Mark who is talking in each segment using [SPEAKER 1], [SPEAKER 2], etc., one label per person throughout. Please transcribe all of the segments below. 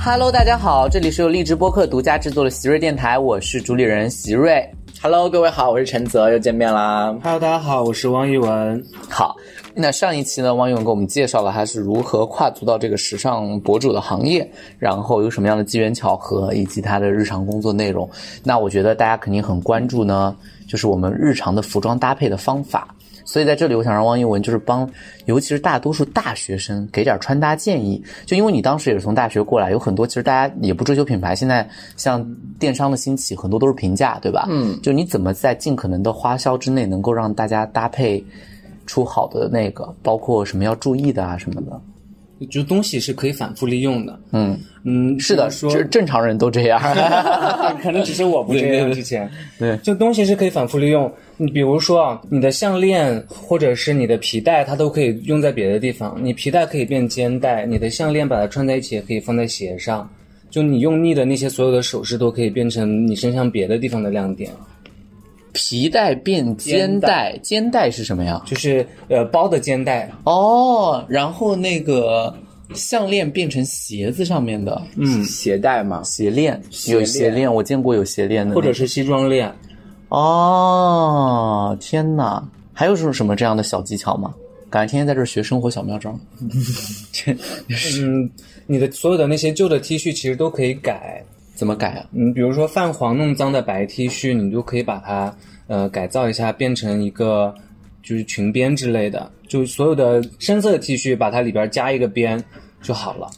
[SPEAKER 1] Hello，大家好，这里是由荔枝播客独家制作的席瑞电台，我是主理人席瑞。
[SPEAKER 2] Hello，各位好，我是陈泽，又见面啦。
[SPEAKER 3] Hello，大家好，我是汪一文。
[SPEAKER 1] 好，那上一期呢，汪一文给我们介绍了他是如何跨足到这个时尚博主的行业，然后有什么样的机缘巧合，以及他的日常工作内容。那我觉得大家肯定很关注呢，就是我们日常的服装搭配的方法。所以在这里，我想让汪一文就是帮，尤其是大多数大学生给点穿搭建议。就因为你当时也是从大学过来，有很多其实大家也不追求品牌，现在像电商的兴起，很多都是平价，对吧？嗯，就你怎么在尽可能的花销之内，能够让大家搭配出好的那个，包括什么要注意的啊什么的。
[SPEAKER 3] 我觉得东西是可以反复利用的。
[SPEAKER 1] 嗯，
[SPEAKER 3] 嗯，
[SPEAKER 1] 是的，
[SPEAKER 3] 比如
[SPEAKER 1] 这
[SPEAKER 3] 说
[SPEAKER 1] 正常人都这 样。
[SPEAKER 3] 可能只是我不这样。之前，
[SPEAKER 1] 对对
[SPEAKER 3] 这东西是可以反复利用。你比如说啊，你的项链或者是你的皮带，它都可以用在别的地方。你皮带可以变肩带，你的项链把它串在一起也可以放在鞋上。就你用腻的那些所有的首饰都可以变成你身上别的地方的亮点，
[SPEAKER 1] 皮带变肩带，肩带是什么呀？
[SPEAKER 3] 就是呃包的肩带，
[SPEAKER 1] 哦，然后那个项链变成鞋子上面的，
[SPEAKER 2] 嗯，鞋带嘛，
[SPEAKER 1] 鞋链有鞋链，我见过有鞋链的那
[SPEAKER 3] 或
[SPEAKER 1] 种，
[SPEAKER 3] 者是西装链。
[SPEAKER 1] 哦，天哪！还有什么这样的小技巧吗？感觉天天在这儿学生活小妙招。
[SPEAKER 3] 嗯，你的所有的那些旧的 T 恤其实都可以改，
[SPEAKER 1] 怎么改啊？
[SPEAKER 3] 嗯你比如说泛黄弄脏的白 T 恤，你就可以把它呃改造一下，变成一个就是裙边之类的，就所有的深色的 T 恤，把它里边加一个边就好了，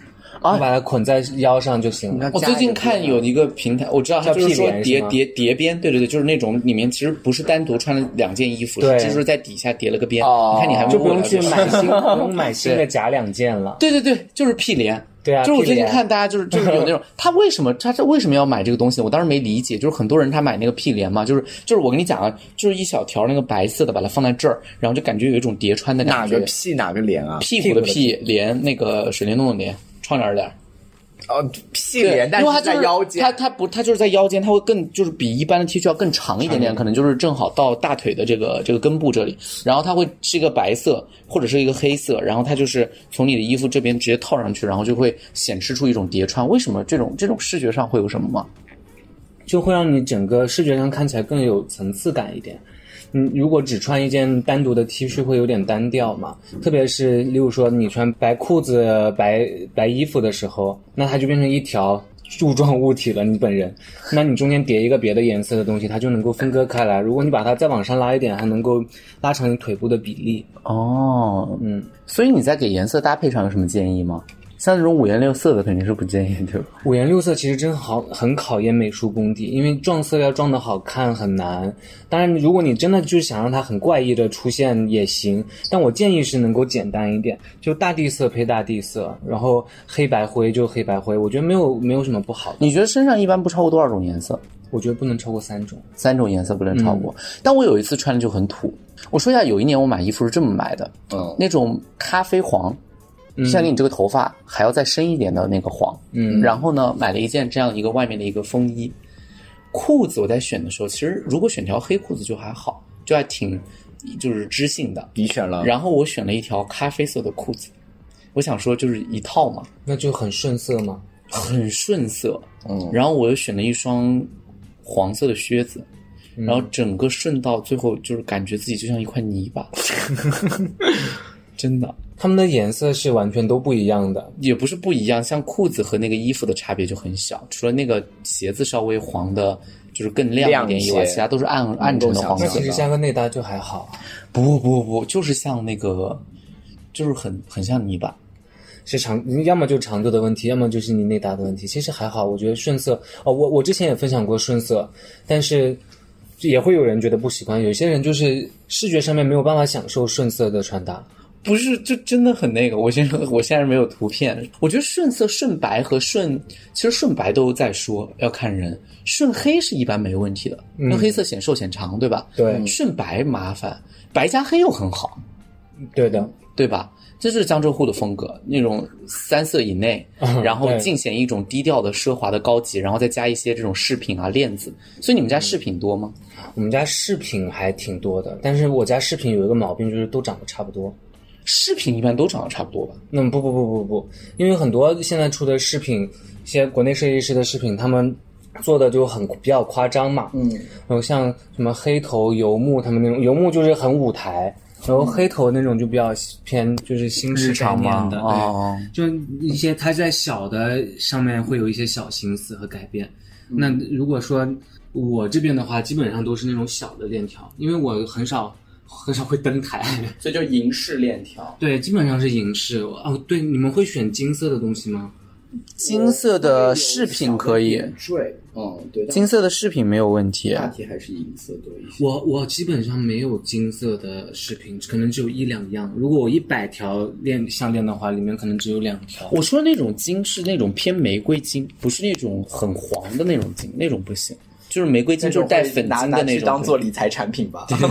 [SPEAKER 1] 啊
[SPEAKER 3] 你把它捆在腰上就行了。
[SPEAKER 1] 我哦最近看有一个平台，我知道它
[SPEAKER 3] 叫
[SPEAKER 1] 就是说
[SPEAKER 3] P 联是
[SPEAKER 1] 叠
[SPEAKER 3] 吗
[SPEAKER 1] 叠叠边，对对对，就是那种里面其实不是单独穿了两件衣服，
[SPEAKER 3] 对
[SPEAKER 1] 是就是在底下叠了个边。
[SPEAKER 2] 哦
[SPEAKER 1] 你看你还没
[SPEAKER 3] 就不用
[SPEAKER 1] 问我
[SPEAKER 3] 去
[SPEAKER 1] 了解
[SPEAKER 3] 买新，不用买新的假两件了。
[SPEAKER 1] 对对 对，就是 P 联。
[SPEAKER 3] 对啊
[SPEAKER 1] 就是我最近
[SPEAKER 3] P 联
[SPEAKER 1] 看大家就是就是有那 种他为什么他这为什么要买这个东西？我当时没理解，就是很多人他买那个 P 联嘛，就是就是我跟你讲啊，就是一小条那个白色的，把它放在这儿，然后就感觉有一种叠穿的
[SPEAKER 2] 哪
[SPEAKER 1] 感觉。
[SPEAKER 2] 个屁哪个脸啊？
[SPEAKER 1] 屁股的屁连那个水帘洞的帘，窗帘儿的帘。
[SPEAKER 2] 哦，屁脸，但
[SPEAKER 1] 因为它
[SPEAKER 2] 是
[SPEAKER 1] 就
[SPEAKER 2] 在
[SPEAKER 1] 是
[SPEAKER 2] 腰间
[SPEAKER 1] 它。它不它就是在腰间，它会更就是比一般的 T 恤要更长一点点，可能就是正好到大腿的这个这个根部这里。然后它会是一个白色或者是一个黑色，然后它就是从你的衣服这边直接套上去，然后就会显示出一种叠穿。为什么这种这种视觉上会有什么吗？
[SPEAKER 3] 就会让你整个视觉上看起来更有层次感一点。你如果只穿一件单独的 T 恤，会有点单调嘛。特别是，例如说你穿白裤子、白白衣服的时候，那它就变成一条柱状物体了。你本人，那你中间叠一个别的颜色的东西，它就能够分割开来。如果你把它再往上拉一点，还能够拉长你腿部的比例。
[SPEAKER 1] 哦，
[SPEAKER 3] 嗯，
[SPEAKER 1] 所以你在给颜色搭配上有什么建议吗？像这种五颜六色的肯定是不建议，对吧？
[SPEAKER 3] 五颜六色其实真好，很考验美术功底，因为撞色要撞得好看很难。当然，如果你真的就是想让它很怪异的出现也行，但我建议是能够简单一点，就大地色配大地色，然后黑白灰就黑白灰，我觉得没有没有什么不好的。
[SPEAKER 1] 你觉得身上一般不超过多少种颜色？
[SPEAKER 3] 我觉得不能超过三种。
[SPEAKER 1] 三种颜色不能超过。但我有一次穿的就很土。我说一下，有一年我买衣服是这么买的，
[SPEAKER 2] 嗯，
[SPEAKER 1] 那种咖啡黄，像你这个头发还要再深一点的那个黄。嗯，然后呢，买了一件这样一个外面的一个风衣，裤子我在选的时候，其实如果选条黑裤子就还好，就还挺就是知性的。
[SPEAKER 2] 你选了，
[SPEAKER 1] 然后我选了一条咖啡色的裤子，我想说就是一套嘛，
[SPEAKER 3] 那就很顺色嘛。
[SPEAKER 1] 很顺色。
[SPEAKER 2] 嗯，
[SPEAKER 1] 然后我又选了一双黄色的靴子，然后整个顺到最后就是感觉自己就像一块泥巴，真的
[SPEAKER 3] 它们的颜色是完全都不一样的，
[SPEAKER 1] 也不是不一样，像裤子和那个衣服的差别就很小，除了那个鞋子稍微黄的。就是更亮一点以外，
[SPEAKER 2] 亮一些
[SPEAKER 1] 其他都是暗暗沉的黄
[SPEAKER 3] 那
[SPEAKER 1] 色
[SPEAKER 3] 其
[SPEAKER 2] 能够想
[SPEAKER 3] 实
[SPEAKER 1] 的。
[SPEAKER 2] 象
[SPEAKER 3] 加个内搭就还好。
[SPEAKER 1] 不不不，就是像那个，就是很很像泥巴。
[SPEAKER 3] 是长，要么就长度的问题，要么就是你内搭的问题。其实还好，我觉得顺色哦，我我之前也分享过顺色，但是也会有人觉得不喜欢，有些人就是视觉上面没有办法享受顺色的穿搭。
[SPEAKER 1] 不是，这真的很那个。我现在 我现在没有图片。我觉得顺色、顺白和顺，其实顺白都在说要看人，顺黑是一般没问题的，因为黑色显瘦显长，对吧？嗯
[SPEAKER 3] 对
[SPEAKER 1] 顺白麻烦，白加黑又很好，
[SPEAKER 3] 对的，
[SPEAKER 1] 对吧？这是江浙沪的风格，那种三色以内，
[SPEAKER 3] 嗯
[SPEAKER 1] 然后
[SPEAKER 3] 对
[SPEAKER 1] 尽显一种低调的奢华的高级，然后再加一些这种饰品啊、链子。所以你们家饰品多吗？
[SPEAKER 3] 我们家饰品还挺多的，但是我家饰品有一个毛病，就是都长得差不多。
[SPEAKER 1] 饰品一般都长得差不多吧？
[SPEAKER 3] 那、嗯不不不不不，因为很多现在出的饰品，一些国内设计师的饰品，他们做的就很比较夸张嘛。嗯，然后像什么黑头、游牧他们那种，游牧就是很舞台，然后黑头那种就比较偏就是新式概念的，对
[SPEAKER 1] 哦，
[SPEAKER 3] 就一些他在小的上面会有一些小心思和改变。那如果说我这边的话，基本上都是那种小的链条，因为我很少很少会登台。
[SPEAKER 4] 所以就银饰链条。
[SPEAKER 3] 对，基本上是银饰。哦，对，你们会选金色的东西吗？
[SPEAKER 1] 金色的饰品可以，
[SPEAKER 4] 坠，嗯，对，但
[SPEAKER 1] 金色的饰品没有问题。
[SPEAKER 4] 大体还是银色多一些。
[SPEAKER 3] 我我基本上没有金色的饰品，可能只有一两样。如果我一百条链项链的话，里面可能只有两 条。
[SPEAKER 1] 我说的那种金是那种偏玫瑰金，不是那种很黄的那种金，那种不行。就是玫瑰金，就是带粉
[SPEAKER 2] 拿
[SPEAKER 1] 金
[SPEAKER 2] 拿
[SPEAKER 1] 的
[SPEAKER 2] 去
[SPEAKER 1] 那种。
[SPEAKER 2] 当做理财产品 吧。
[SPEAKER 3] 因为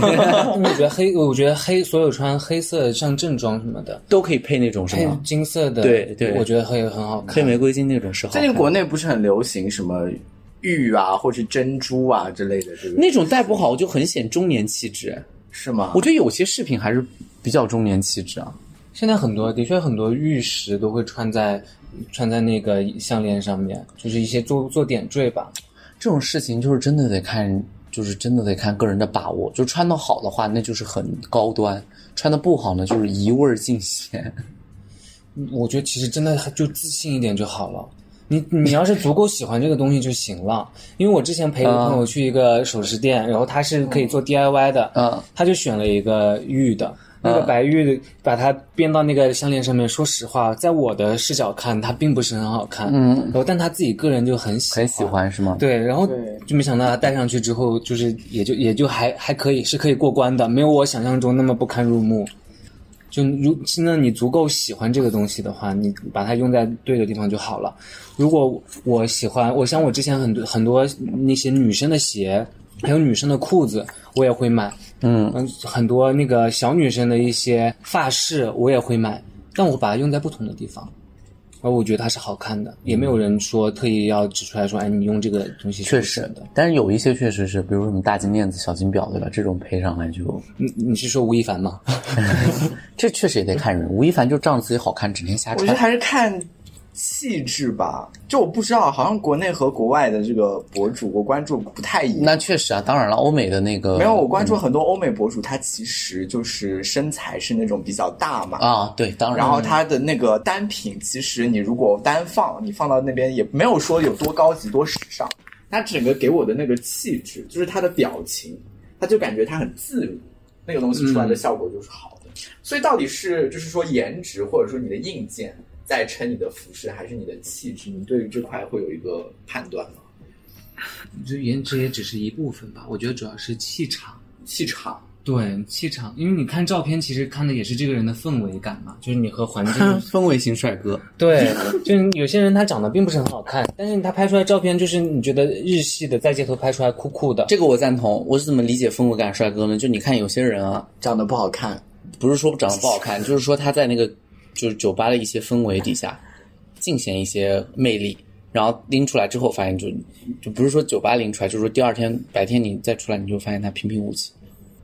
[SPEAKER 3] 我觉得黑，我觉得黑，所有穿黑色像正装什么的，
[SPEAKER 1] 都可以配那种什
[SPEAKER 3] 配
[SPEAKER 1] 么
[SPEAKER 3] 金色的，
[SPEAKER 1] 对啊对
[SPEAKER 3] 我觉得会很好看。
[SPEAKER 1] 黑玫瑰金那种是好看
[SPEAKER 2] 最
[SPEAKER 1] 的。
[SPEAKER 2] 近国内不是很流行什么玉啊，或者珍珠啊之类的，这个
[SPEAKER 1] 那种戴不好就很显中年气质。
[SPEAKER 2] 是吗？
[SPEAKER 1] 我觉得有些饰品还是比较中年气质啊。
[SPEAKER 3] 现在很多的确很多玉石都会穿在穿在那个项链上面，就是一些做做点缀吧。
[SPEAKER 1] 这种事情就是真的得看，就是真的得看个人的把握。就穿的好的话，那就是很高端；穿的不好呢，就是一味儿尽显。
[SPEAKER 3] 我觉得其实真的就自信一点就好了。你你要是足够喜欢这个东西就行了， 因为我之前陪我朋友去一个首饰店，然后他是可以做 DIY 的，
[SPEAKER 1] 嗯
[SPEAKER 3] 他就选了一个玉的，那个白玉的，把它编到那个项链上面。说实话，在我的视角看，它并不是很好看，嗯，然后但他自己个人就很喜
[SPEAKER 1] 很喜欢是吗？
[SPEAKER 3] 对，然后
[SPEAKER 4] 对
[SPEAKER 3] 就没想到他戴上去之后，就是也就也就还还可以，是可以过关的，没有我想象中那么不堪入目。就如现在你足够喜欢这个东西的话，你把它用在对的地方就好了。如果我喜欢，我像我之前很多很多那些女生的鞋，还有女生的裤子，我也会买。嗯很多那个小女生的一些发饰，我也会买，但我把它用在不同的地方。而我觉得它是好看的，也没有人说特意要指出来说，哎，你用这个东西是
[SPEAKER 1] 确
[SPEAKER 3] 不
[SPEAKER 1] 实
[SPEAKER 3] 行的。，
[SPEAKER 1] 但是有一些确实是，比如什么大金链子、小金表，对吧？这种配上来就，
[SPEAKER 3] 你你是说吴亦凡吗？
[SPEAKER 1] 这确实也得看人。吴亦凡就仗着自己好看，整天瞎
[SPEAKER 2] 我觉得
[SPEAKER 1] 穿。
[SPEAKER 2] 还是看气质吧。就我不知道，好像国内和国外的这个博主，我关注不太一样。
[SPEAKER 1] 那确实啊，当然了，欧美的那个
[SPEAKER 2] 没有，我关注很多欧美博主，他其实就是身材是那种比较大嘛，
[SPEAKER 1] 啊，对，当然。
[SPEAKER 2] 然后它的那个单品，其实你如果单放，你放到那边也没有说有多高级、多时尚。它整个给我的那个气质，就是它的表情，它就感觉它很自如，那个东西出来的效果就是好的。所以到底是就是说颜值，或者说你的硬件在撑你的服饰，还是你的气质？你对于这块会有一个判断吗？
[SPEAKER 3] 就颜值也只是一部分吧，我觉得主要是气场。
[SPEAKER 2] 气场，
[SPEAKER 3] 对气场，因为你看照片，其实看的也是这个人的氛围感嘛，就是你和环境
[SPEAKER 1] 氛围型帅哥，
[SPEAKER 3] 对，就是有些人他长得并不是很好看，但是他拍出来照片就是你觉得日系的，在街头拍出来酷酷的。
[SPEAKER 1] 这个我赞同。我是怎么理解氛围感帅哥呢？就你看有些人啊，
[SPEAKER 2] 长得不好看，
[SPEAKER 1] 不是说长得不好看，就是说他在那个就是酒吧的一些氛围底下，尽显一些魅力，然后拎出来之后，发现就就不是说酒吧拎出来，就是说第二天白天你再出来，你就发现他平平无奇。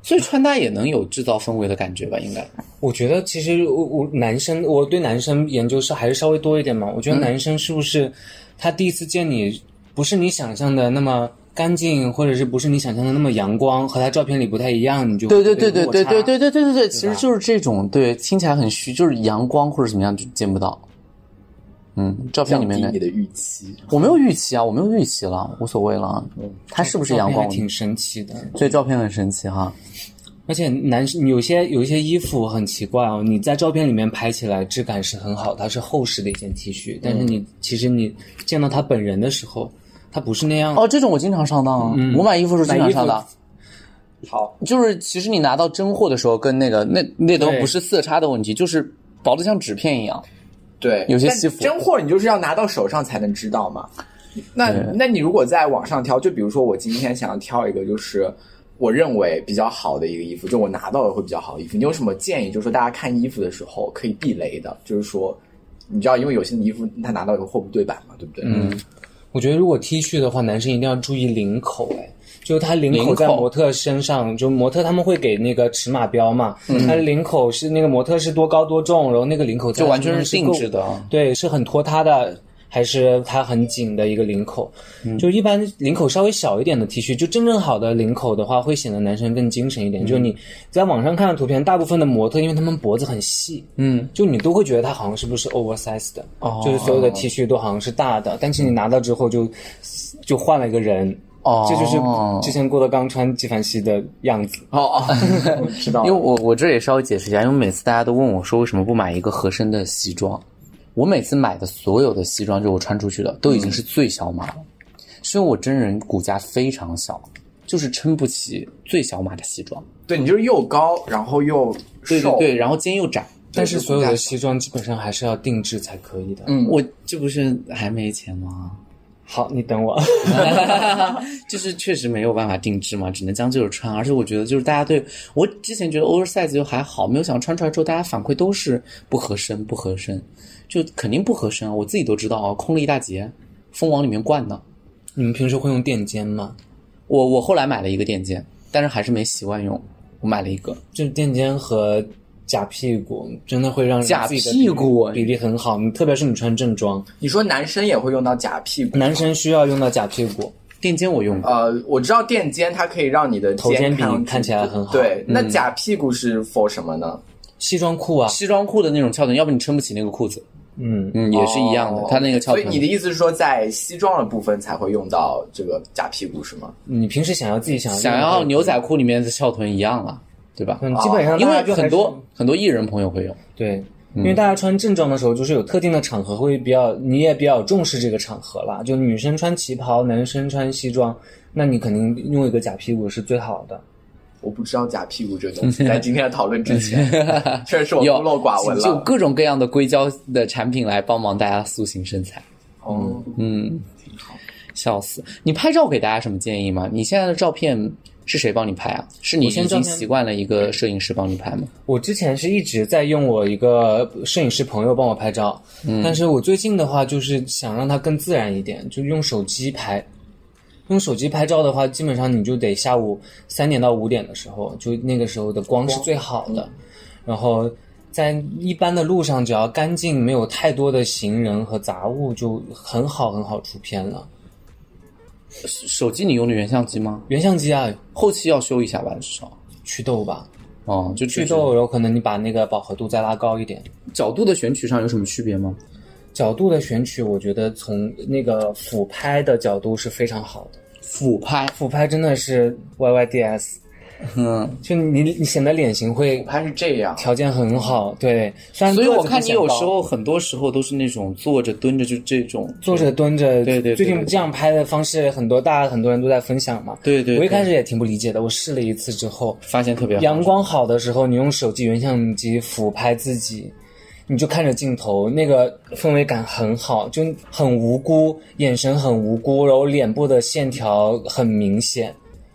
[SPEAKER 1] 所以穿搭也能有制造氛围的感觉吧？应该
[SPEAKER 3] 我觉得其实我我男生我对男生研究是还是稍微多一点嘛。我觉得男生是不是他第一次见你，不是你想象的那么干净，或者是不是你想象的那么阳光，和他照片里不太一样，你就
[SPEAKER 1] 对对
[SPEAKER 3] 会有
[SPEAKER 1] 对对
[SPEAKER 3] 落
[SPEAKER 1] 对
[SPEAKER 3] 差
[SPEAKER 1] 对对对对对对，其实就是这种，对，听起来很虚，就是阳光或者怎么样就见不到。嗯，照片里
[SPEAKER 2] 降
[SPEAKER 1] 面
[SPEAKER 2] 低
[SPEAKER 1] 的
[SPEAKER 2] 你的预期。
[SPEAKER 1] 我没有预期啊，我没有预期了，无所谓了。
[SPEAKER 3] 嗯
[SPEAKER 1] 他是不是阳光
[SPEAKER 3] 照片还？挺神奇的。
[SPEAKER 1] 所以照片很神奇哈。
[SPEAKER 3] 而且男生有些有一些衣服很奇怪哦，你在照片里面拍起来质感是很好，它是厚实的一件 T 恤，但是你、
[SPEAKER 1] 嗯
[SPEAKER 3] 其实你见到他本人的时候，他不是那样。
[SPEAKER 1] 哦，这种我经常上当啊，我买衣服的时候经常上
[SPEAKER 3] 嗯买
[SPEAKER 1] 当
[SPEAKER 3] 衣。
[SPEAKER 2] 好，
[SPEAKER 1] 就是其实你拿到真货的时候，跟那个那那都
[SPEAKER 3] 对
[SPEAKER 1] 不是色差的问题，就是薄的像纸片一样。
[SPEAKER 2] 对，
[SPEAKER 1] 有些
[SPEAKER 2] 但
[SPEAKER 1] 西服
[SPEAKER 2] 真货你就是要拿到手上才能知道嘛。那那你如果在网上挑，就比如说我今天想要挑一个，就是我认为比较好的一个衣服，就我拿到的会比较好的衣服，你有什么建议？就是说大家看衣服的时候可以避雷的，就是说你知道，因为有些衣服它拿到一个货不对版嘛，对不对？嗯，
[SPEAKER 3] 我觉得如果 T 恤的话，男生一定要注意领口，哎，就是它领口
[SPEAKER 1] 领口
[SPEAKER 3] 在模特身上，就模特他们会给那个尺码标嘛，
[SPEAKER 1] 嗯
[SPEAKER 3] 它领口是那个模特是多高多重，然后那个领口在
[SPEAKER 1] 就完全
[SPEAKER 3] 身上
[SPEAKER 1] 是
[SPEAKER 3] 是
[SPEAKER 1] 定
[SPEAKER 3] 够
[SPEAKER 1] 制的啊。
[SPEAKER 3] 对，是很拖沓的，还是它很紧的一个领口？就一般领口稍微小一点的 T 恤，就正正好的领口的话，会显得男生更精神一点。就你在网上看的图片，大部分的模特，因为他们脖子很细，嗯，就你都会觉得它好像是不是 oversize 的，
[SPEAKER 1] 哦
[SPEAKER 3] 就是所有的 T 恤都好像是大的，但是你拿到之后就就换了一个人。
[SPEAKER 1] 哦
[SPEAKER 3] 这啊就是之前郭德纲穿纪梵希的样子。
[SPEAKER 2] 哦 哦，知道
[SPEAKER 1] 因为我我这也稍微解释一下，因为每次大家都问我说为什么不买一个合身的西装，我每次买的所有的西装，就我穿出去的，都已
[SPEAKER 2] 嗯
[SPEAKER 1] 经是最小码了，是因为我真人骨架非常小，就是撑不起最小码的西装。
[SPEAKER 2] 对你就是又高，然后又
[SPEAKER 1] 对对
[SPEAKER 2] 瘦，
[SPEAKER 1] 对，然后肩又窄。
[SPEAKER 3] 但是所有的西装基本上还是要定制才可以的。嗯，
[SPEAKER 1] 我这不是还没钱吗？
[SPEAKER 3] 好，你等我。
[SPEAKER 1] 就是确实没有办法定制嘛，只能将就着穿。而且我觉得，就是大家对我之前觉得 oversize 就还好，没有想到穿出来之后，大家反馈都是不合身，不合身，就肯定不合身啊！我自己都知道啊，空了一大截，风往里面灌呢。
[SPEAKER 3] 你们平时会用垫肩吗？
[SPEAKER 1] 我我后来买了一个垫肩，但是还是没习惯用，我买了一个。
[SPEAKER 3] 就是垫肩和假屁股，真的会让人
[SPEAKER 1] 假
[SPEAKER 3] 自己的
[SPEAKER 1] 屁股
[SPEAKER 3] 比例比例很好。你特别是你穿正装，
[SPEAKER 2] 你说男生也会用到假屁股，
[SPEAKER 3] 男生需要用到假屁股，
[SPEAKER 1] 垫肩我用过，
[SPEAKER 2] 呃，我知道垫肩它可以让你的
[SPEAKER 3] 头肩
[SPEAKER 2] 看
[SPEAKER 3] 比
[SPEAKER 2] 上去
[SPEAKER 3] 看起来很好。，
[SPEAKER 2] 对，那假屁股是 for 什么呢？
[SPEAKER 3] 西装裤啊，
[SPEAKER 1] 西装裤的那种翘臀，要不你撑不起那个裤子，
[SPEAKER 3] 嗯，
[SPEAKER 1] 嗯，也是一样的，
[SPEAKER 2] 哦
[SPEAKER 1] 它那个翘
[SPEAKER 2] 所以
[SPEAKER 1] 臀。
[SPEAKER 2] 你的意思是说，在西装的部分才会用到这个假屁股是吗？
[SPEAKER 3] 你平时想要自己想要
[SPEAKER 1] 想要牛，仔裤里面的翘臀一样啊，对吧？
[SPEAKER 3] 嗯，基本上
[SPEAKER 1] 因
[SPEAKER 3] 大家
[SPEAKER 1] 为
[SPEAKER 3] 就还是
[SPEAKER 1] 很多很多艺人朋友会用，
[SPEAKER 3] 对。因为大家穿正装的时候，就是有特定的场合会比较，你也比较重视这个场合啦。就女生穿旗袍，男生穿西装，那你肯定用一个假屁股是最好的。
[SPEAKER 2] 我不知道假屁股这 东西，在今天的讨论之前，确实是我
[SPEAKER 1] 有
[SPEAKER 2] 孤陋寡闻
[SPEAKER 1] 就
[SPEAKER 2] 了。
[SPEAKER 1] 各种各样的硅胶的产品来帮忙大家塑形身材，
[SPEAKER 2] 哦，
[SPEAKER 1] 嗯，笑死！你拍照给大家什么建议吗？你现在的照片是谁帮你拍啊？是你已
[SPEAKER 3] 现在照
[SPEAKER 1] 经
[SPEAKER 3] 片
[SPEAKER 1] 习惯了一个摄影师帮你拍吗？
[SPEAKER 3] 我之前是一直在用我一个摄影师朋友帮我拍照，但是我最近的话就是想让它更自然一点，就用手机拍。用手机拍照的话，基本上你就得下午三点到五点的时候，就那个时候的光是最好的。然后在一般的路上，只要干净，没有太多的行人和杂物，就很好很好出片了。
[SPEAKER 1] 手机你用的原相机吗？
[SPEAKER 3] 原相机啊，
[SPEAKER 1] 后期要修一下吧，至少。
[SPEAKER 3] 祛痘吧，
[SPEAKER 1] 哦，就
[SPEAKER 3] 祛
[SPEAKER 1] 去
[SPEAKER 3] 痘，然后可能你把那个饱和度再拉高一点。
[SPEAKER 1] 角度的选取上有什么区别吗？
[SPEAKER 3] 角度的选取，我觉得从那个俯拍的角度是非常好的。
[SPEAKER 1] 俯拍，
[SPEAKER 3] 俯拍真的是 Y Y D S，
[SPEAKER 1] 嗯，
[SPEAKER 3] 就你你显得脸型会
[SPEAKER 2] 还是这样。
[SPEAKER 3] 条件很好，对。虽然
[SPEAKER 1] 所以
[SPEAKER 3] 个
[SPEAKER 1] 我
[SPEAKER 3] 子
[SPEAKER 1] 看你
[SPEAKER 3] 不显
[SPEAKER 1] 有
[SPEAKER 3] 高
[SPEAKER 1] 时候很多时候都是那种坐着蹲着就这种
[SPEAKER 3] 坐着蹲着，
[SPEAKER 1] 对对对
[SPEAKER 3] 最
[SPEAKER 1] 对
[SPEAKER 3] 近
[SPEAKER 1] 对
[SPEAKER 3] 这样拍的方式很多，大家很多人都在分享嘛。
[SPEAKER 1] 对对对
[SPEAKER 3] 我一开始也挺不理解的，我试了一次之后，
[SPEAKER 1] 发现特别好
[SPEAKER 3] 阳光好的时候，你用手机原相机俯拍自己，你就看着镜头，那个氛围感很好，就很无辜，眼神很无辜，然后脸部的线条很明显，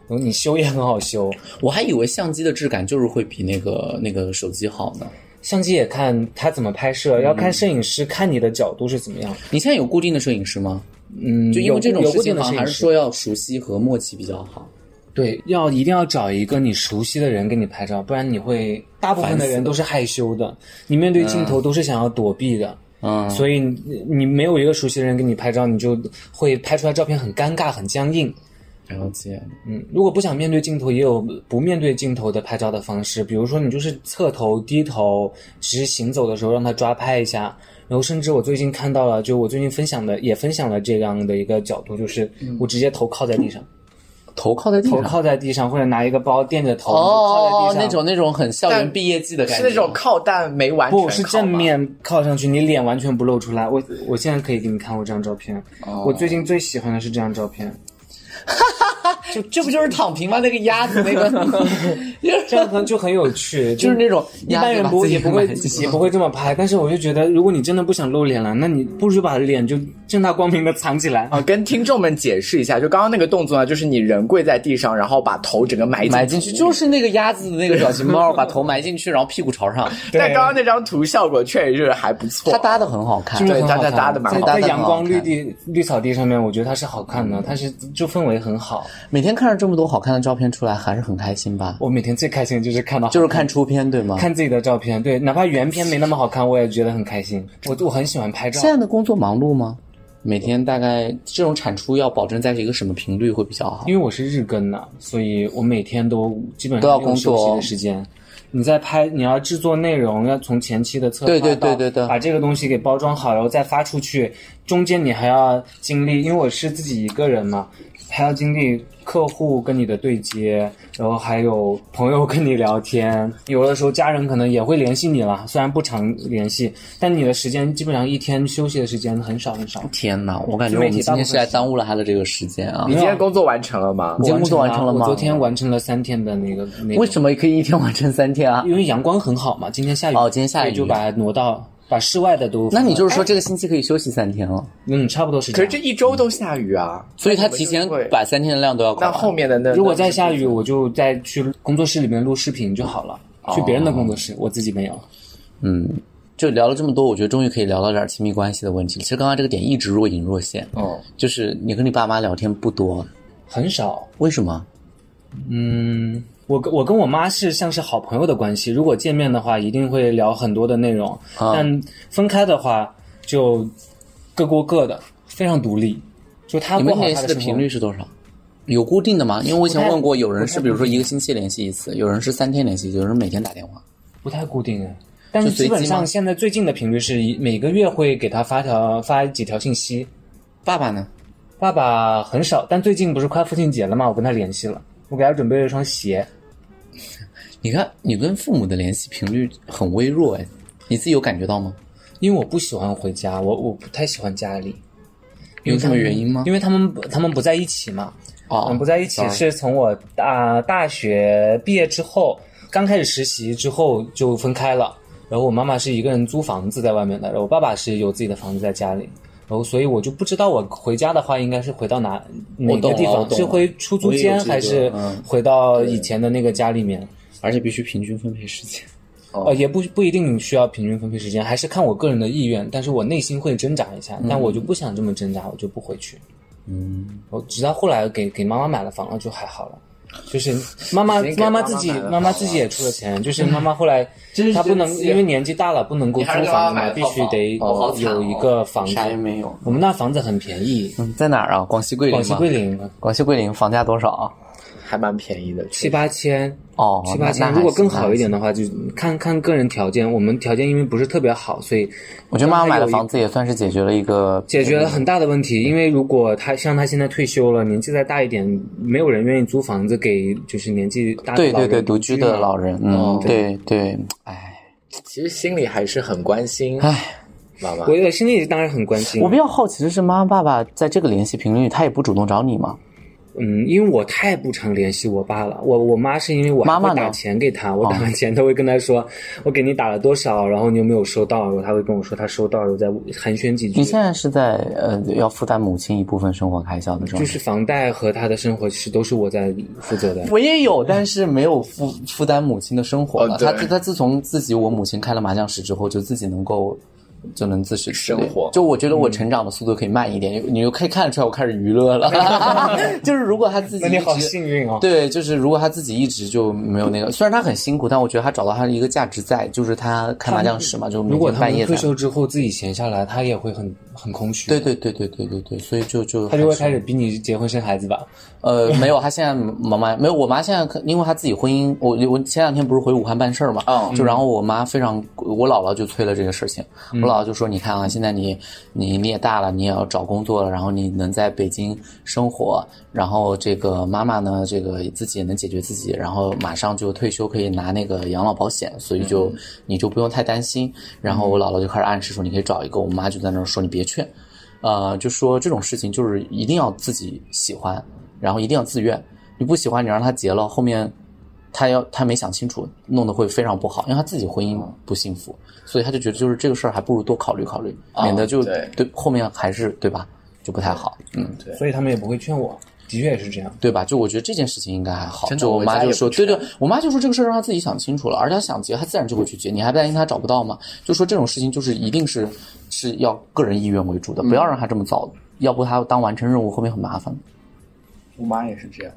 [SPEAKER 3] 然后你修也很好修。
[SPEAKER 1] 我还以为相机的质感就是会比那个那个手机好呢。
[SPEAKER 3] 相机也看他怎么拍摄，要看摄影师看你的角度是怎么样。
[SPEAKER 1] 你现在有固定的摄影师吗？
[SPEAKER 3] 嗯，
[SPEAKER 1] 就因为这种
[SPEAKER 3] 有
[SPEAKER 1] 事
[SPEAKER 3] 固
[SPEAKER 1] 情
[SPEAKER 3] 定的
[SPEAKER 1] 好
[SPEAKER 3] 摄
[SPEAKER 1] 像还
[SPEAKER 3] 影
[SPEAKER 1] 是
[SPEAKER 3] 师
[SPEAKER 1] 说要熟悉和默契比较好。
[SPEAKER 3] 对，要一定要找一个你熟悉的人跟你拍照，不然你会大部分的
[SPEAKER 1] 烦死
[SPEAKER 3] 人都是害羞的，你面对镜头都是想要躲避的，
[SPEAKER 1] 嗯，
[SPEAKER 3] 所以你你没有一个熟悉的人跟你拍照，你就会拍出来照片很尴尬、很僵硬。
[SPEAKER 1] 了解。
[SPEAKER 3] 嗯，如果不想面对镜头，也有不面对镜头的拍照的方式，比如说你就是侧头、低头，只是行走的时候让它抓拍一下。然后，甚至我最近看到了，就我最近分享的也分享了这样的一个角度，就是
[SPEAKER 1] 嗯
[SPEAKER 3] 我直接头靠在地上，
[SPEAKER 1] 头靠在地
[SPEAKER 3] 头
[SPEAKER 1] 上。
[SPEAKER 3] 靠在地上，或者拿一个包垫着头、靠
[SPEAKER 1] 哦
[SPEAKER 3] 在，地上。
[SPEAKER 1] 那种那种很校园
[SPEAKER 2] 但
[SPEAKER 1] 毕业季的感
[SPEAKER 2] 是
[SPEAKER 1] 觉，
[SPEAKER 2] 那种靠但没完全
[SPEAKER 3] 不是
[SPEAKER 2] 靠
[SPEAKER 3] 正
[SPEAKER 2] 吗，
[SPEAKER 3] 面靠上去，你脸完全不露出来。我我现在可以给你看我这张照片。
[SPEAKER 1] 哦
[SPEAKER 3] 我最近最喜欢的是这张照片，
[SPEAKER 1] 就这不就是躺平吗？那个鸭子 那个，
[SPEAKER 3] 这样可能就很 有趣，
[SPEAKER 1] 就是那种
[SPEAKER 3] 一般人不
[SPEAKER 1] 会
[SPEAKER 3] 会也不会也不会这么拍，但是我就觉得，如果你真的不想露脸了，那你不如就把脸就正大光明的藏起来。
[SPEAKER 2] 啊，跟听众们解释一下，就刚刚那个动作呢，就是你人跪在地上，然后把头整个埋
[SPEAKER 1] 埋进去，
[SPEAKER 2] 土里
[SPEAKER 1] 就是那个鸭子的 那个表情包，把头埋进去，然后屁股朝 上，
[SPEAKER 2] 但刚刚那张图效果确实是还不错
[SPEAKER 1] 它。搭的很好看
[SPEAKER 3] 真。的
[SPEAKER 2] 对
[SPEAKER 3] 很好
[SPEAKER 2] 搭
[SPEAKER 3] 看，
[SPEAKER 2] 搭搭得蛮好
[SPEAKER 3] 在
[SPEAKER 1] 搭得
[SPEAKER 3] 在阳
[SPEAKER 1] 很好
[SPEAKER 3] 光绿
[SPEAKER 1] 看
[SPEAKER 3] 地绿草地上面，我觉得它是好看的，它是就氛围很好。
[SPEAKER 1] 每每天看着这么多好看的照片出来，还是很开心吧？
[SPEAKER 3] 我每天最开心的就是看到好
[SPEAKER 1] 就是看出片对吗？
[SPEAKER 3] 看自己的照片，对，哪怕原片没那么好看，我也觉得很开心。我我很喜欢拍照
[SPEAKER 1] 现，在的工作忙碌吗？每天大概这种产出要保证在一个什么频率会比较好
[SPEAKER 3] 因？为我是日更呐，所以我每天都基本上
[SPEAKER 1] 都要
[SPEAKER 3] 没有
[SPEAKER 1] 工作
[SPEAKER 3] 休息
[SPEAKER 1] 哦
[SPEAKER 3] 的时间。你在拍，你要制作内容，要从前期的策划
[SPEAKER 1] 对对
[SPEAKER 3] 到
[SPEAKER 1] 对对对
[SPEAKER 3] 把这个东西给包装好，然后再发出去。中间你还要经历，因为我是自己一个人嘛，还要经历客户跟你的对接，然后还有朋友跟你聊天，有的时候家人可能也会联系你啦，虽然不常联系，但你的时间基本上一天休息的时间很少很少。
[SPEAKER 1] 天哪，我感觉我们今天是来耽误了他的这个时间啊
[SPEAKER 2] 你！今天工作完成了吗
[SPEAKER 1] 你？今天工作完成了吗
[SPEAKER 3] 我昨天完成了三天的那个那个
[SPEAKER 1] 为什么可以一天完成三天 啊？
[SPEAKER 3] 因为阳光很好嘛，今天下雨
[SPEAKER 1] 哦今天下雨
[SPEAKER 3] 所以就把它挪到把室外的都
[SPEAKER 1] 那你就是是说这个星期可以休息三天了，
[SPEAKER 3] 嗯，差不多是这
[SPEAKER 2] 可是
[SPEAKER 3] 样
[SPEAKER 2] 这。一周都下雨啊，
[SPEAKER 1] 所以他提前把三天的量都要搞
[SPEAKER 2] 那
[SPEAKER 1] 完。
[SPEAKER 2] 后面的那
[SPEAKER 3] 如果再下雨，我就再去工作室里面录视频就好了，
[SPEAKER 1] 哦
[SPEAKER 3] 去别人的工作室，我自己没有。
[SPEAKER 1] 嗯，就聊了这么多，我觉得终于可以聊到点儿亲密关系的问题了。其实刚刚这个点一直若隐若现，
[SPEAKER 2] 哦，
[SPEAKER 1] 就是你跟你爸妈聊天不多，
[SPEAKER 3] 很少，
[SPEAKER 1] 为什么？
[SPEAKER 3] 嗯，我跟我跟我妈是像是好朋友的关系，如果见面的话，一定会聊很多的内容，
[SPEAKER 1] 啊
[SPEAKER 3] 但分开的话就各过各的，非常独立。就她
[SPEAKER 1] 你
[SPEAKER 3] 过
[SPEAKER 1] 们
[SPEAKER 3] 好
[SPEAKER 1] 联
[SPEAKER 3] 她
[SPEAKER 1] 系
[SPEAKER 3] 的
[SPEAKER 1] 的
[SPEAKER 3] 生活
[SPEAKER 1] 频率是多少？有固定的吗？因为我以前
[SPEAKER 3] 不太
[SPEAKER 1] 问过，有人是
[SPEAKER 3] 不太
[SPEAKER 1] 比如说一个星期联系一次，有人是三天联系一次，有人每天打电话。
[SPEAKER 3] 不太固定哎，但是
[SPEAKER 1] 就随
[SPEAKER 3] 基
[SPEAKER 1] 机吗
[SPEAKER 3] 本上现在最近的频率是一每个月会给他发条发几条信息。
[SPEAKER 1] 爸爸呢？
[SPEAKER 3] 爸爸很少，但最近不是快父亲节了嘛，我跟他联系了，我给他准备了一双鞋。
[SPEAKER 1] 你看，你跟父母的联系频率很微弱哎，你自己有感觉到吗？
[SPEAKER 3] 因为我不喜欢回家，我我不太喜欢家里，
[SPEAKER 1] 有什么原因吗？
[SPEAKER 3] 因为他们他们不在一起嘛，
[SPEAKER 1] 哦
[SPEAKER 3] 嗯，，不在一起
[SPEAKER 1] sorry
[SPEAKER 3] 是从我大大学毕业之后，刚开始实习之后就分开了。然后我妈妈是一个人租房子在外面的，然后我爸爸是有自己的房子在家里。然后所以我就不知道我回家的话应该是回到哪哪
[SPEAKER 1] 懂
[SPEAKER 3] 个
[SPEAKER 1] 了
[SPEAKER 3] 地
[SPEAKER 1] 我
[SPEAKER 3] 方，
[SPEAKER 1] 懂
[SPEAKER 3] 是
[SPEAKER 1] 了
[SPEAKER 3] 回出租
[SPEAKER 1] 我也有
[SPEAKER 3] 间
[SPEAKER 1] 这个
[SPEAKER 3] 还是
[SPEAKER 1] 嗯
[SPEAKER 3] 回到以前的那个家里面？
[SPEAKER 1] 而且必须平均分配时间。
[SPEAKER 3] 呃，也不不一定需要平均分配时间，还是看我个人的意愿。但是我内心会挣扎一下，但
[SPEAKER 1] 嗯
[SPEAKER 3] 我就不想这么挣扎，我就不回去。嗯，我直到后来给给妈妈买了房了，就还好了。就是妈妈
[SPEAKER 2] 已经给
[SPEAKER 3] 妈
[SPEAKER 2] 妈妈
[SPEAKER 3] 自己
[SPEAKER 2] 买了
[SPEAKER 3] 妈妈自己也出了钱，
[SPEAKER 1] 嗯
[SPEAKER 3] 就是妈妈 后来她不能
[SPEAKER 2] 真是
[SPEAKER 3] 因为年纪大了不能够
[SPEAKER 2] 你
[SPEAKER 3] 租
[SPEAKER 2] 还是给妈妈
[SPEAKER 3] 房子
[SPEAKER 2] 买
[SPEAKER 3] 嘛，
[SPEAKER 2] 了
[SPEAKER 3] 必
[SPEAKER 2] 套
[SPEAKER 3] 须
[SPEAKER 2] 房
[SPEAKER 3] 得
[SPEAKER 1] 哦好惨
[SPEAKER 3] 有
[SPEAKER 1] 哦
[SPEAKER 3] 一个房子。
[SPEAKER 1] 没有。
[SPEAKER 3] 我们那房子很便宜，
[SPEAKER 1] 嗯，在哪儿啊？广西桂林
[SPEAKER 3] 广
[SPEAKER 1] 吗？
[SPEAKER 3] 西桂林
[SPEAKER 1] 广西桂林房价多少啊？
[SPEAKER 2] 还蛮便宜的，
[SPEAKER 3] 七八千。
[SPEAKER 1] 哦，
[SPEAKER 3] 七八
[SPEAKER 1] 那
[SPEAKER 3] 千，
[SPEAKER 1] 那还
[SPEAKER 3] 如果
[SPEAKER 1] 行
[SPEAKER 3] 更
[SPEAKER 1] 那
[SPEAKER 3] 好
[SPEAKER 1] 还
[SPEAKER 3] 一点
[SPEAKER 1] 行
[SPEAKER 3] 的话，就看看个人条件。我们条件因为不是特别好，所以
[SPEAKER 1] 我觉得妈妈买的房
[SPEAKER 3] 子
[SPEAKER 1] 子也算是解决了一个
[SPEAKER 3] 解决了很大的问
[SPEAKER 1] 嗯
[SPEAKER 3] 题。因为如果他像他现在退休了，年纪再大一点，没有人愿意租房子给就是年纪大的
[SPEAKER 1] 对
[SPEAKER 3] 老
[SPEAKER 1] 对
[SPEAKER 3] 人
[SPEAKER 1] 对独居的
[SPEAKER 3] 嘛哦
[SPEAKER 1] 老人，嗯，对对，哎
[SPEAKER 2] 其实心里还是很关心
[SPEAKER 1] 哎，
[SPEAKER 2] 妈妈
[SPEAKER 3] 我。我心里当然很关心
[SPEAKER 1] 我，比较好奇的是，妈妈爸爸在这个联系频率，他也不主动找你吗？
[SPEAKER 3] 嗯，因为我太不常联系我爸了。我我妈是因为我
[SPEAKER 1] 妈妈
[SPEAKER 3] 还会
[SPEAKER 1] 呢
[SPEAKER 3] 打钱给
[SPEAKER 1] 哦
[SPEAKER 3] 他，我打完钱他会跟他说，我给你打了多少，然后你有没有收到？然后他会跟我说他收到，然后再寒暄几句。
[SPEAKER 1] 你现在是在呃要负担母亲一部分生活开销的状态，
[SPEAKER 3] 就是房贷和他的生活是都是我在负责的。
[SPEAKER 1] 我也有，但是没有负负担母亲的生活了。
[SPEAKER 2] 哦对
[SPEAKER 1] 他他自从自己我母亲开了麻将室之后，就自己能够就能自食其力
[SPEAKER 2] 生活
[SPEAKER 1] 就我觉得我成长的速度可以慢一点，你你就可以看得出来我开始娱乐 了。就是如果他自己
[SPEAKER 3] 那
[SPEAKER 1] 一直
[SPEAKER 3] 你好幸运哦。
[SPEAKER 1] 对，就是如果他自己一直就没有那个，虽然他很辛苦，但我觉得他找到他的一个价值在，就是他开麻将室嘛，就每
[SPEAKER 3] 如果
[SPEAKER 1] 天
[SPEAKER 3] 他
[SPEAKER 1] 半
[SPEAKER 3] 们
[SPEAKER 1] 夜才
[SPEAKER 3] 退。休之后自己闲下来，他也会很很空虚。
[SPEAKER 1] 对，对对对对对对，所以就就
[SPEAKER 3] 他就
[SPEAKER 1] 还
[SPEAKER 3] 会
[SPEAKER 1] 是
[SPEAKER 3] 开始逼你结婚生孩子吧。
[SPEAKER 1] 呃，没有，他现在妈妈没有，我妈现在可因为她自己婚姻，我我前两天不是回武汉办事儿嘛，
[SPEAKER 2] 嗯
[SPEAKER 1] 就然后我妈非常，我姥姥就催了这个事情，我姥姥就说，你看啊，现在你你你也大了，你也要找工作了，然后你能在北京生活，然后这个妈妈呢，这个自己也能解决自己，然后马上就退休可以拿那个养老保险，所以就、你就不用太担心。然后我姥姥就开始暗示说，你可以找一个，我妈就在那儿说你别劝。呃，就说这种事情就是一定要自己喜欢，然后一定要自愿。你不喜欢，你让他结了，后面他要他没想清楚，弄得会非常不好，因为他自己婚姻不幸福，所以他就觉得就是这个事儿还不如多考虑考虑，
[SPEAKER 2] 啊
[SPEAKER 1] 免得就
[SPEAKER 2] 对
[SPEAKER 1] 后面还是对吧，就不太好，嗯，
[SPEAKER 2] 对
[SPEAKER 3] 所以他们也不会劝我，的确也是这样。
[SPEAKER 1] 对吧？就我觉得这件事情应该还好，
[SPEAKER 2] 真的
[SPEAKER 1] 就我
[SPEAKER 2] 我家
[SPEAKER 1] 妈就
[SPEAKER 2] 也
[SPEAKER 1] 说，
[SPEAKER 2] 不
[SPEAKER 1] 对
[SPEAKER 2] 劝
[SPEAKER 1] 对，我妈就说这个事儿让他自己想清楚了，而且他想结，他自然就会去结，你还担心他找不到吗？就说这种事情就是一定是是要个人意愿为主的，不要让他这么早，要不他当完成任务后面很麻烦。
[SPEAKER 2] 我妈也是这样，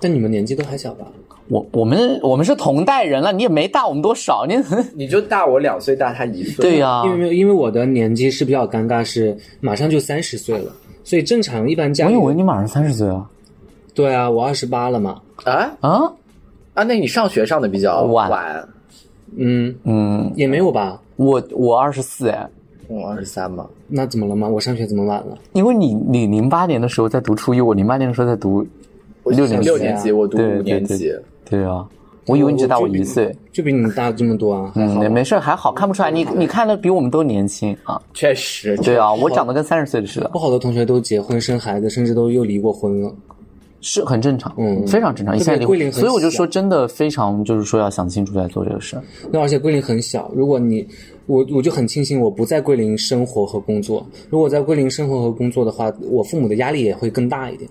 [SPEAKER 3] 但你们年纪都还小吧？
[SPEAKER 1] 我我们我们是同代人了，你也没大我们多少，你
[SPEAKER 2] 你就大我两岁，大他一岁。
[SPEAKER 1] 对呀、
[SPEAKER 3] 因为因为我的年纪是比较尴尬，是马上就三十岁了，所以正常一般家
[SPEAKER 1] 我
[SPEAKER 3] 里
[SPEAKER 1] 以为你马上三十岁啊
[SPEAKER 3] 对啊，我二十八了嘛，
[SPEAKER 2] 啊
[SPEAKER 1] 啊，
[SPEAKER 2] 啊，那你上学上的比较
[SPEAKER 1] 晚
[SPEAKER 2] 晚
[SPEAKER 3] 嗯，
[SPEAKER 1] 嗯，
[SPEAKER 3] 也没有吧？
[SPEAKER 1] 我我二十四哎，
[SPEAKER 2] 我二十三嘛。
[SPEAKER 3] 那怎么了吗？我上学怎么晚了？
[SPEAKER 1] 因为你你零八年的时候在读初一，我零八年的时候在读
[SPEAKER 2] 我
[SPEAKER 1] 六年级
[SPEAKER 2] 六年级，我读
[SPEAKER 1] 对
[SPEAKER 2] 五年
[SPEAKER 1] 对
[SPEAKER 2] 级。
[SPEAKER 1] 对啊，我以为你只大我一岁，
[SPEAKER 3] 就比你们大这么多啊？
[SPEAKER 1] 嗯，也没事儿，还好看不出来，
[SPEAKER 3] 嗯
[SPEAKER 1] 你你看的比我们都年轻啊，
[SPEAKER 2] 确实，
[SPEAKER 1] 对啊，我长得跟三十岁似的
[SPEAKER 3] 我，好多同学都结婚生孩子，甚至都又离过婚了。
[SPEAKER 1] 是很正常，
[SPEAKER 3] 嗯
[SPEAKER 1] 非常正常，一下离
[SPEAKER 3] 桂林
[SPEAKER 1] 婚，
[SPEAKER 3] 很
[SPEAKER 1] 所以我就
[SPEAKER 3] 小
[SPEAKER 1] 说真的非常就是说要想清楚再做这个事儿，
[SPEAKER 3] 那而且桂林很小，如果你我我就很庆幸我不在桂林生活和工作。如果我在桂林生活和工作的话，我父母的压力也会更大一点，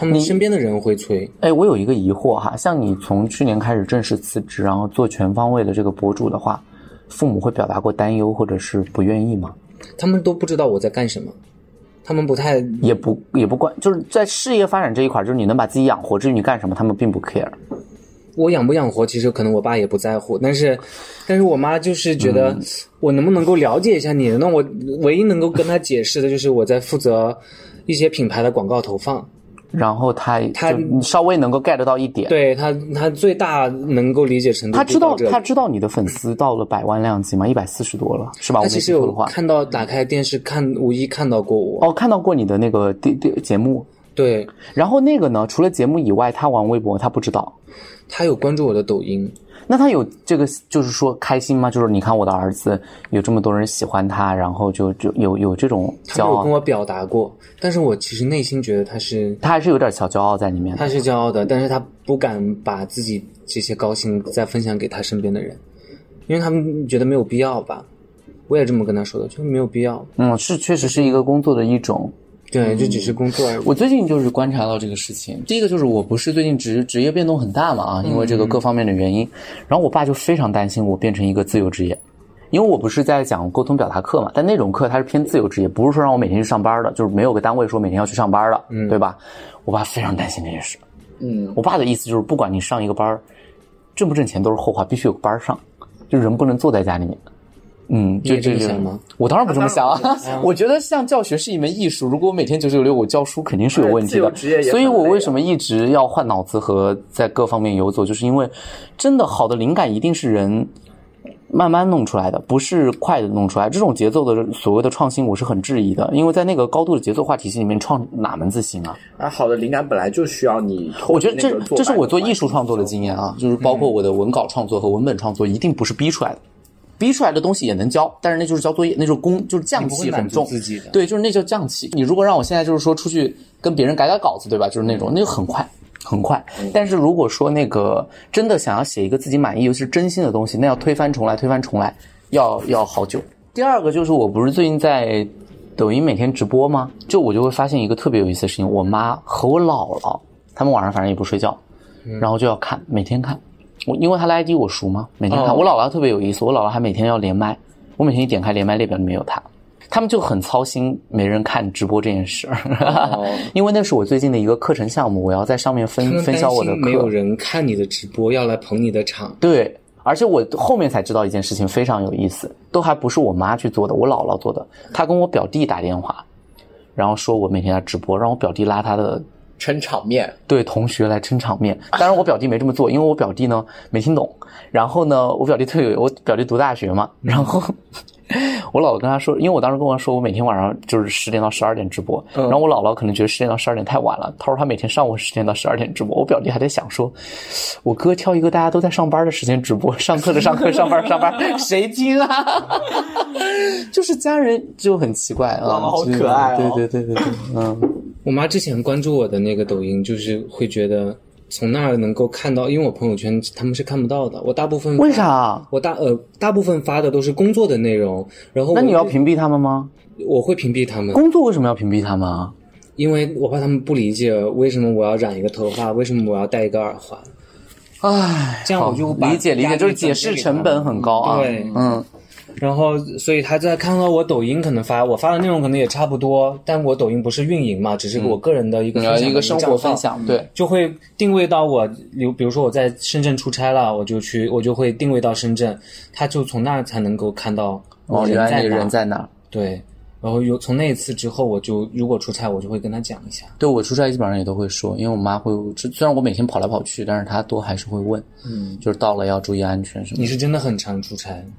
[SPEAKER 3] 他们身边的人会催。
[SPEAKER 1] 哎，我有一个疑惑哈，像你从去年开始正式辞职，然后做全方位的这个博主的话，父母会表达过担忧或者是不愿意吗？
[SPEAKER 3] 他们都不知道我在干什么，他们不太
[SPEAKER 1] 也不也不关，就是在事业发展这一块，就是你能把自己养活，至于你干什么，他们并不 care。
[SPEAKER 3] 我养不养活，其实可能我爸也不在乎，但是，但是我妈就是觉
[SPEAKER 1] 嗯
[SPEAKER 3] 得我能不能够了解一下你？那我唯一能够跟她解释的就是我在负责一些品牌的广告投放，
[SPEAKER 1] 然后他
[SPEAKER 3] 他
[SPEAKER 1] 就你稍微能够 get 到一点，
[SPEAKER 3] 对她她最大能够理解程度
[SPEAKER 1] 他知
[SPEAKER 3] 就到
[SPEAKER 1] 道
[SPEAKER 3] 这里。
[SPEAKER 1] 他知道你的粉丝到了百万量级吗？一百四十多了是吧？我没
[SPEAKER 3] 她其
[SPEAKER 1] 记
[SPEAKER 3] 实
[SPEAKER 1] 错的
[SPEAKER 3] 有
[SPEAKER 1] 话，
[SPEAKER 3] 看到打开电视看无意看到过我，
[SPEAKER 1] 哦，看到过你的那个电电节目，
[SPEAKER 3] 对
[SPEAKER 1] 然后那个呢，除了节目以外，他玩微博他不知道，
[SPEAKER 3] 她有关注我的抖音，
[SPEAKER 1] 那他有这个就是说开心吗？就是你看我的儿子有这么多人喜欢他，然后就就有有这种
[SPEAKER 3] 她
[SPEAKER 1] 骄
[SPEAKER 3] 没有跟
[SPEAKER 1] 傲，
[SPEAKER 3] 我表达过，但是我其实内心觉得她是
[SPEAKER 1] 他还是有点小骄傲在里面的。
[SPEAKER 3] 他是骄傲的，但是他不敢把自己这些高兴再分享给他身边的人，因为他们觉得没有必要吧。我也这么跟他说的，就是没有必要。
[SPEAKER 1] 嗯，是确实是一个工作的一种。
[SPEAKER 3] 对，就只是工作而已。
[SPEAKER 1] 嗯我最近就是观察到这个事情，第一个就是我不是最近职职业变动很大嘛啊，因为这个各方面的原因，然后我爸就非常担心我变成一个自由职业。因为我不是在讲沟通表达课嘛，但那种课它是偏自由职业，不是说让我每天去上班的，就是没有个单位说每天要去上班的，对吧？我爸非常担心这件事。
[SPEAKER 4] 嗯，
[SPEAKER 1] 我爸的意思就是，不管你上一个班儿，挣不挣钱都是后话，必须有个班儿上，就人不能坐在家里面。嗯，
[SPEAKER 3] 你也
[SPEAKER 1] 就就
[SPEAKER 3] 这么
[SPEAKER 1] 就
[SPEAKER 3] 想吗？
[SPEAKER 1] 我当然不这么想啊！ 我觉得像教学是一门艺术，如果我每天九九六我教书肯定是有问题
[SPEAKER 2] 自由
[SPEAKER 1] 的，
[SPEAKER 2] 职业也很
[SPEAKER 1] 所以我
[SPEAKER 2] 累啊
[SPEAKER 1] 为什么一直要换脑子和在各方面游走，就是因为真的好的灵感一定是人慢慢弄出来的，不是快的弄出来。这种节奏的所谓的创新，我是很质疑的，因为在那个高度的节奏化体系里面，创哪门子行啊？
[SPEAKER 2] 啊，好的灵感本来就需要你透过
[SPEAKER 1] 我觉得
[SPEAKER 2] 那
[SPEAKER 1] 这
[SPEAKER 2] 个
[SPEAKER 1] 这是我做
[SPEAKER 2] 板的
[SPEAKER 1] 艺术创作的经验啊，就是包
[SPEAKER 3] 嗯
[SPEAKER 1] 括我的文稿创作和文本创作，一定不是逼出来的。逼出来的东西也能教，但是那就是交作业，那就是工，就是匠气很重
[SPEAKER 3] 你不会满足。自己的
[SPEAKER 1] 对，就是那叫匠气。你如果让我现在就是说出去跟别人改改稿子，对吧？就是那种，那就很快，很快。但是如果说那个真的想要写一个自己满意，尤其是真心的东西，那要推翻重来，推翻重来，要要好久。第二个就是，我不是最近在抖音每天直播吗？就我就会发现一个特别有意思的事情，我妈和我姥姥，他们晚上反正也不睡觉，然后就要看，每天看。我因为她的 ID 我熟嘛，每天看。我姥姥特别有意思，我姥姥还每天要连麦，我每天一点开连麦列表里面有她。他们就很操心没人看直播这件事儿，
[SPEAKER 3] 哦
[SPEAKER 1] 因为那是我最近的一个课程项目，我要在上面
[SPEAKER 3] 他
[SPEAKER 1] 分
[SPEAKER 3] 们
[SPEAKER 1] 分
[SPEAKER 3] 担
[SPEAKER 1] 销我的
[SPEAKER 3] 心
[SPEAKER 1] 课。
[SPEAKER 3] 没有人看你的直播，要来捧你的场。
[SPEAKER 1] 对，而且我后面才知道一件事情非常有意思，都还不是我妈去做的，我姥姥做的。她跟我表弟打电话，然后说我每天在直播，让我表弟拉他的
[SPEAKER 2] 撑场面，
[SPEAKER 1] 对同学来撑场面。当然，我表弟没这么做，因为我表弟呢没听懂。然后呢，我表弟特有，我表弟读大学嘛，
[SPEAKER 2] 嗯
[SPEAKER 1] 然后我姥姥跟他说，因为我当时跟我说，我每天晚上就是十点到十二点直播，
[SPEAKER 2] 嗯
[SPEAKER 1] 然后我姥姥可能觉得十点到十二点太晚了，她说她每天上午十点到十二点直播。我表弟还在想说，我哥挑一个大家都在上班的时间直播，上课的上课，上班的上班，谁听啊？ 就是家人就很奇怪啊，
[SPEAKER 2] 好
[SPEAKER 1] 就是
[SPEAKER 2] 可爱哦
[SPEAKER 1] 对对对对对，嗯。
[SPEAKER 3] 我妈之前关注我的那个抖音，就是会觉得从那儿能够看到，因为我朋友圈他们是看不到的，我大部分
[SPEAKER 1] 为啥？啊
[SPEAKER 3] 我大呃大部分发的都是工作的内容，然后
[SPEAKER 1] 那
[SPEAKER 3] 我
[SPEAKER 1] 你要屏蔽他们吗？
[SPEAKER 3] 我会屏蔽他们。
[SPEAKER 1] 工作为什么要屏蔽他们啊？
[SPEAKER 3] 因为我怕他们不理解为什么我要染一个头发，为什么我要戴一个耳环，
[SPEAKER 1] 唉，
[SPEAKER 3] 哦这样我就把
[SPEAKER 1] 啊理解理解，
[SPEAKER 3] 压力
[SPEAKER 1] 就是解释成本很高啊。
[SPEAKER 3] 对
[SPEAKER 1] 嗯，
[SPEAKER 3] 然后所以他在看到我抖音可能发我发的内容可能也差不多，但我抖音不是运营嘛，只是我个人的一个分享
[SPEAKER 1] 呃，
[SPEAKER 3] 的
[SPEAKER 1] 一个生
[SPEAKER 3] 账号
[SPEAKER 1] 活分享，对，
[SPEAKER 3] 就会定位到我，比比如说我在深圳出差了，我就去，我就会定位到深圳，他就从那儿才能够看到我
[SPEAKER 1] 哦，原来
[SPEAKER 3] 人在
[SPEAKER 1] 你
[SPEAKER 3] 哪。
[SPEAKER 1] 人在哪儿？
[SPEAKER 3] 对，然后有从那一次之后，我就如果出差，我就会跟他讲一下。
[SPEAKER 1] 对我出差基本上也都会说，因为我妈会，虽然我每天跑来跑去，但是她都还是会问，嗯，就是到了要注意安全什么的。
[SPEAKER 3] 你是真的很常出差，
[SPEAKER 1] 嗯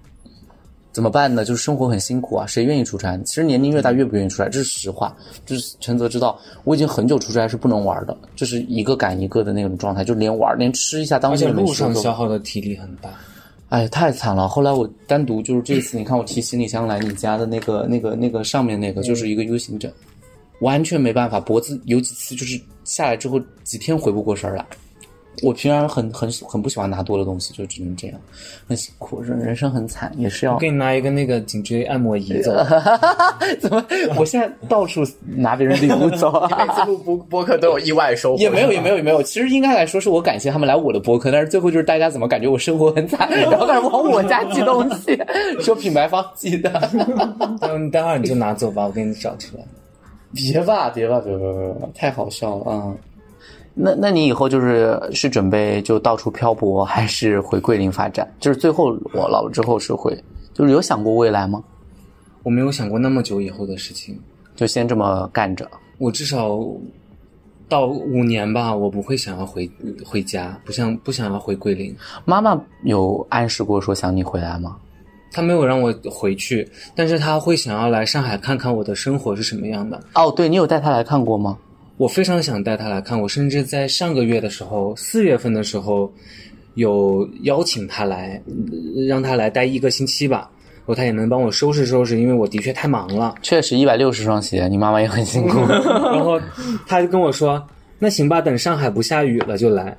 [SPEAKER 1] 怎么办呢？就是生活很辛苦啊，谁愿意出差？其实年龄越大越不愿意出差，这是实话，这是陈泽知道。我已经很久出差是不能玩的，这是一个赶一个的那种状态，就连玩连吃一下当
[SPEAKER 3] 而
[SPEAKER 1] 天的
[SPEAKER 3] 且
[SPEAKER 1] 美
[SPEAKER 3] 路
[SPEAKER 1] 食
[SPEAKER 3] 上
[SPEAKER 1] 都
[SPEAKER 3] 消耗的体力很大。
[SPEAKER 1] 哎，太惨了！后来我单独就是这次，你看我提行李箱来你家的那个、那个、那个上面那个，就是一个 U 型枕，完全没办法，脖子有几次就是下来之后几天回不过神儿来。我平常很很很不喜欢拿多的东西，就只能这样，很辛苦，人人生很惨，也是要
[SPEAKER 3] 我给你拿一个那个颈椎按摩仪 走，
[SPEAKER 1] 怎么？我现在到处拿别人礼物走啊！
[SPEAKER 2] 每次录播播客都有意外收获，
[SPEAKER 1] 也没有，也没
[SPEAKER 2] 有。
[SPEAKER 1] 有，也没有。其实应该来说，是我感谢他们来我的播客，但是最后就是大家怎么感觉我生活很惨，然后开始往我家寄东西， 说品牌方寄的。
[SPEAKER 3] 待会你待会儿你就拿走吧，我给你找出来。
[SPEAKER 1] 别吧，别吧，别吧，别吧，别吧太好笑了啊！嗯那那你以后就是是准备就到处漂泊，还是回桂林发展？就是最后我老了之后是会，就是有想过未来吗？
[SPEAKER 3] 我没有想过那么久以后的事情，
[SPEAKER 1] 就先这么干着。
[SPEAKER 3] 我至少到五年吧，我不会想要回回家，不想不想要回桂林。
[SPEAKER 1] 妈妈有暗示过说想你回来吗？
[SPEAKER 3] 他没有让我回去，但是他会想要来上海看看我的生活是什么样的。
[SPEAKER 1] 哦，对你有带她来看过吗？
[SPEAKER 3] 我非常想带他来看，我甚至在上个月的时候，四月份的时候，有邀请他来，呃让他来待一个星期吧。然后他也能帮我收拾收拾，因为我的确太忙 了。
[SPEAKER 1] 确实，一百六十双鞋，你妈妈也很辛 苦。
[SPEAKER 3] 然后他就跟我说：“那行吧，等上海不下雨了就来。”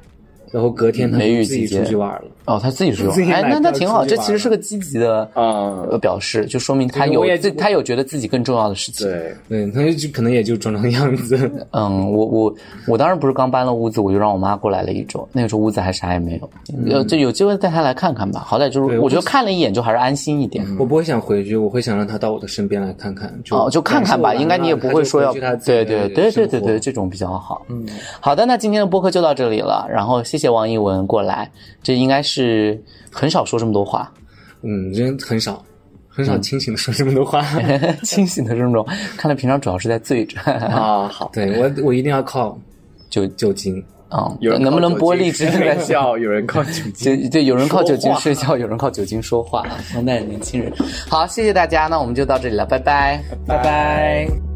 [SPEAKER 3] 然后隔天他
[SPEAKER 1] 梅雨
[SPEAKER 3] 就自
[SPEAKER 1] 季
[SPEAKER 3] 己
[SPEAKER 1] 节
[SPEAKER 3] 出去玩了。
[SPEAKER 1] 哦，她自己说
[SPEAKER 3] 自，己
[SPEAKER 1] 哎，
[SPEAKER 3] 买
[SPEAKER 1] 那那
[SPEAKER 3] 票
[SPEAKER 1] 挺
[SPEAKER 3] 出
[SPEAKER 1] 好，
[SPEAKER 3] 去
[SPEAKER 1] 这
[SPEAKER 3] 玩
[SPEAKER 1] 其实
[SPEAKER 3] 了
[SPEAKER 1] 是个积极的
[SPEAKER 4] 嗯，
[SPEAKER 1] 呃表示，就说明她
[SPEAKER 3] 对
[SPEAKER 1] 有
[SPEAKER 3] 我也
[SPEAKER 1] 自她有觉得自己更重要的事情。
[SPEAKER 4] 对，
[SPEAKER 3] 对，他就可能也就装装样子。
[SPEAKER 1] 嗯，我我我当时不是刚搬了屋子，我就让我妈过来了一周，那个时候屋子还啥也没有，呃、就有机会带她来看看吧，好歹就是
[SPEAKER 3] 嗯对
[SPEAKER 1] 我觉
[SPEAKER 3] 我嗯
[SPEAKER 1] 得看了一眼就还是安心一点。
[SPEAKER 3] 我不会想回去，我会想让他到我的身边来看看，就
[SPEAKER 1] 哦，就看看吧，
[SPEAKER 3] 感受完
[SPEAKER 1] 应该
[SPEAKER 3] 了
[SPEAKER 1] 你也不会说要
[SPEAKER 3] 他就回去他自己
[SPEAKER 1] 对
[SPEAKER 3] 的
[SPEAKER 1] 对对对对
[SPEAKER 3] 生活
[SPEAKER 1] 对，这种比较好。嗯，好的，那今天的播客就到这里了，然后谢谢王一文过来，这应该是很少说这么多话，
[SPEAKER 3] 嗯，人很少，很
[SPEAKER 1] 嗯
[SPEAKER 3] 少清醒的说这么多话。
[SPEAKER 1] 清醒的这种，看来平常主要是在醉着。
[SPEAKER 4] 啊，好，
[SPEAKER 3] 对我，我一定要靠
[SPEAKER 1] 酒
[SPEAKER 3] 酒精。
[SPEAKER 1] 嗯
[SPEAKER 4] 有，人
[SPEAKER 1] 能不能播荔
[SPEAKER 4] 力
[SPEAKER 1] 枝
[SPEAKER 4] 之
[SPEAKER 1] 在
[SPEAKER 4] 在笑，有人靠酒精。
[SPEAKER 1] 就对，有人靠酒精
[SPEAKER 4] 说话
[SPEAKER 1] 睡觉，有人靠酒精啊说话。当代年轻人，好，谢谢大家，那我们就到这里了，拜拜，拜拜